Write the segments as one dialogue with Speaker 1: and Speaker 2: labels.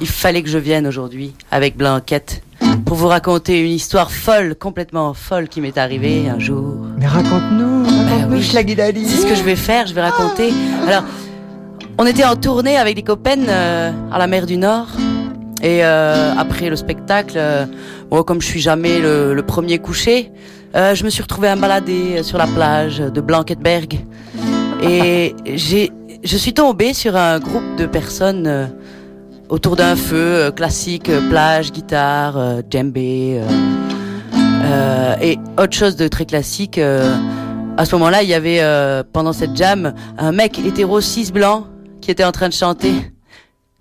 Speaker 1: Il fallait que je vienne aujourd'hui avec Blanquette pour vous raconter une histoire folle, complètement folle qui m'est arrivée un jour.
Speaker 2: Mais raconte-nous, raconte-nous,
Speaker 1: Eh Ah oui.
Speaker 2: Schlagidali.
Speaker 1: C'est ce que je vais faire, je vais raconter. Alors, on était en tournée avec des copaines euh, à la mer du Nord. Et euh, après le spectacle, euh, bon, comme je suis jamais le, le premier couché, euh, je me suis retrouvée à me balader euh, sur la plage de Blanketberg. Et j'ai, je suis tombée sur un groupe de personnes euh, autour d'un feu euh, classique, euh, plage, guitare, euh, djembé. euh, euh, et autre chose de très classique, euh, à ce moment-là, il y avait, euh, pendant cette jam, un mec hétéro cis blanc qui était en train de chanter.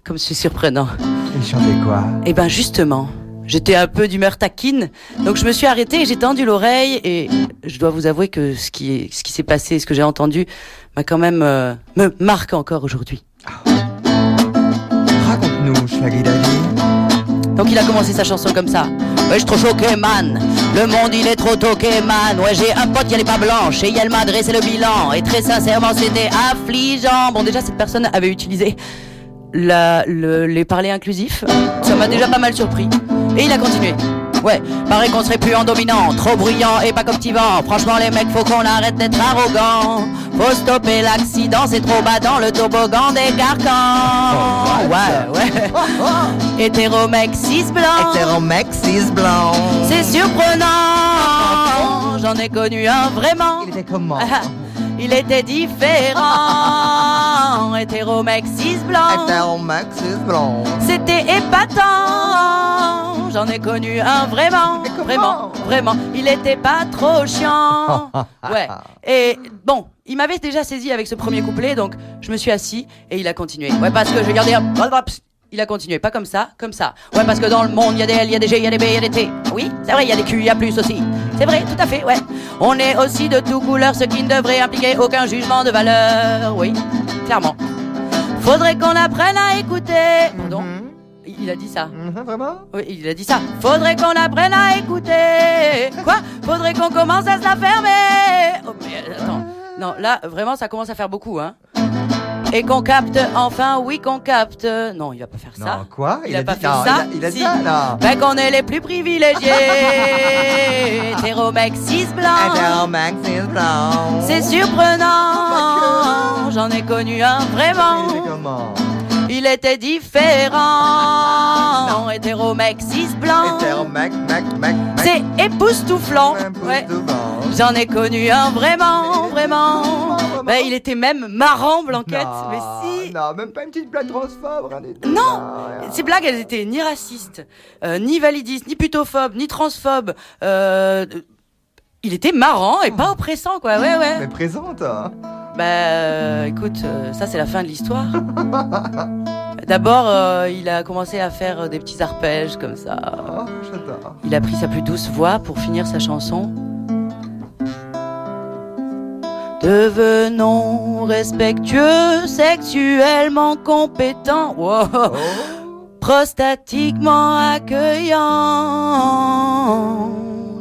Speaker 1: Comme c'est surprenant.
Speaker 2: Il chantait quoi
Speaker 1: Eh ben justement, j'étais un peu d'humeur taquine, donc je me suis arrêtée et j'ai tendu l'oreille et je dois vous avouer que ce qui est- ce qui s'est passé, ce que j'ai entendu, m'a quand même euh, me marque encore aujourd'hui.
Speaker 2: Raconte-nous, Schlagidali.
Speaker 1: Donc il a commencé sa chanson comme ça. Ouais, je suis trop choqué, man. Le monde, il est trop toqué, man. Ouais, j'ai un pote, il est pas blanche. Et elle m'a dressé le bilan. Et très sincèrement, c'était affligeant. Bon, déjà, cette personne avait utilisé la, le- les parlers inclusifs. Ça m'a déjà pas mal surpris. Et il a continué. Ouais, paraît qu'on serait plus en dominant, trop bruyant et pas captivant. Franchement, les mecs, faut qu'on arrête d'être arrogant. Faut stopper l'accident, c'est trop bas dans le toboggan des carcans. Ouais, ouais. Hétéro mec cis blanc.
Speaker 2: Hétéro-mexis blanc.
Speaker 1: C'est surprenant, j'en ai connu un vraiment.
Speaker 2: Il était comment
Speaker 1: Ah. Il était différent, hétéro mec cis blanc.
Speaker 2: Hétéro-mexis blanc.
Speaker 1: C'était épatant, j'en ai connu un vraiment,
Speaker 2: Mais comment
Speaker 1: vraiment, vraiment. Il était pas trop chiant. Ouais. Et bon, il m'avait déjà saisi avec ce premier couplet, donc je me suis assis et il a continué. Ouais, parce que je gardais un... Il a continué, pas comme ça, comme ça. Ouais, parce que dans le monde, il y a des L, il y a des G, il y a des B, il y a des T. Oui, c'est vrai, il y a des Q, il y a plus aussi. C'est vrai, tout à fait, ouais. On est aussi de toutes couleurs, ce qui ne devrait impliquer aucun jugement de valeur. Oui, clairement. Faudrait qu'on apprenne à écouter. Pardon,
Speaker 2: Mm-hmm.
Speaker 1: il il a dit ça.
Speaker 2: Mhm, Vraiment
Speaker 1: Oui, il a dit ça. Faudrait qu'on apprenne à écouter. Quoi Faudrait qu'on commence à se la fermer. Oh, mais euh, attends. Non, là, vraiment, ça commence à faire beaucoup, hein. Et qu'on capte, enfin, oui, qu'on capte. Non, il va pas faire ça.
Speaker 2: Non, quoi
Speaker 1: Il, a,
Speaker 2: dit-
Speaker 1: pas fait
Speaker 2: non,
Speaker 1: ça.
Speaker 2: Il a, il a dit
Speaker 1: Si.
Speaker 2: ça, là.
Speaker 1: Ben qu'on est les plus privilégiés. Hétéro mec cis
Speaker 2: Eh ben,
Speaker 1: blanc.
Speaker 2: Hétéro-mexis blanc.
Speaker 1: Ah. C'est
Speaker 2: Pas
Speaker 1: surprenant. J'en ai connu un vraiment.
Speaker 2: Il était comment
Speaker 1: Il était différent. Hétéro mec cis blanc.
Speaker 2: Hétéro-mec-mec-mec.
Speaker 1: C'est époustouflant. Ouais.
Speaker 2: Ouais.
Speaker 1: J'en ai connu un vraiment, vraiment.
Speaker 2: Vraiment.
Speaker 1: Ben, il était même marrant, Blanquette. Mais si.
Speaker 2: Non, même pas une petite blague transphobe, rien du tout.
Speaker 1: Non.
Speaker 2: rien.
Speaker 1: Ces blagues, elles étaient ni racistes, euh, ni validistes, ni putophobes, ni transphobes. Euh, il était marrant et pas oppressant, quoi. Ouais, ouais.
Speaker 2: Mais présente hein.
Speaker 1: Bah, euh, écoute, euh, ça, c'est la fin de l'histoire. D'abord, euh, il a commencé à faire euh, des petits arpèges comme ça.
Speaker 2: Oh, j'adore.
Speaker 1: Il a pris sa plus douce voix pour finir sa chanson. Devenons respectueux, sexuellement compétents, wow.
Speaker 2: Oh,
Speaker 1: prostatiquement accueillants.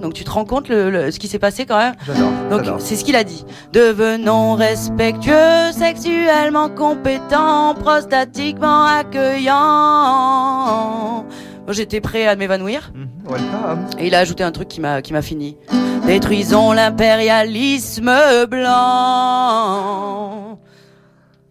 Speaker 1: Donc tu te rends compte le- le- ce qui s'est passé quand même
Speaker 2: j'adore.
Speaker 1: donc
Speaker 2: j'adore.
Speaker 1: c'est ce qu'il a dit. Devenons respectueux, sexuellement compétents, prostatiquement accueillants. Moi, J'étais prêt à m'évanouir.
Speaker 2: Mhm, Welcome.
Speaker 1: Et il a ajouté un truc qui m'a qui m'a fini. Détruisons l'impérialisme blanc.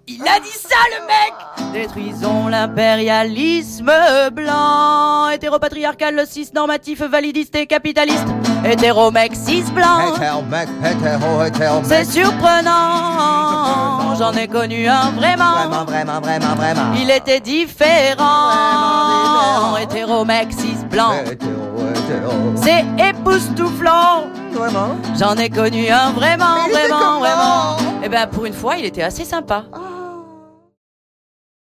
Speaker 1: Il a dit ça le mec. Détruisons l'impérialisme blanc. Hétéropatriarcal, le cis normatif, validiste et capitaliste. Hétéro mec cis blanc.
Speaker 2: Hétéro-mec, hétéro-hétéro-mec.
Speaker 1: Ah, C'est surprenant. J'en ai connu un
Speaker 2: Vraiment,
Speaker 1: vraiment.
Speaker 2: vraiment, vraiment, vraiment.
Speaker 1: Il était différent. Hétéro mec cis blanc.
Speaker 2: Hétéro, hétéro.
Speaker 1: C'est époustouflant.
Speaker 2: Vraiment
Speaker 1: J'en ai connu un vraiment,
Speaker 2: Mais il était
Speaker 1: Ah, vraiment, Eh
Speaker 2: comment
Speaker 1: vraiment. Et ben pour une fois, il était assez sympa.
Speaker 2: Ah,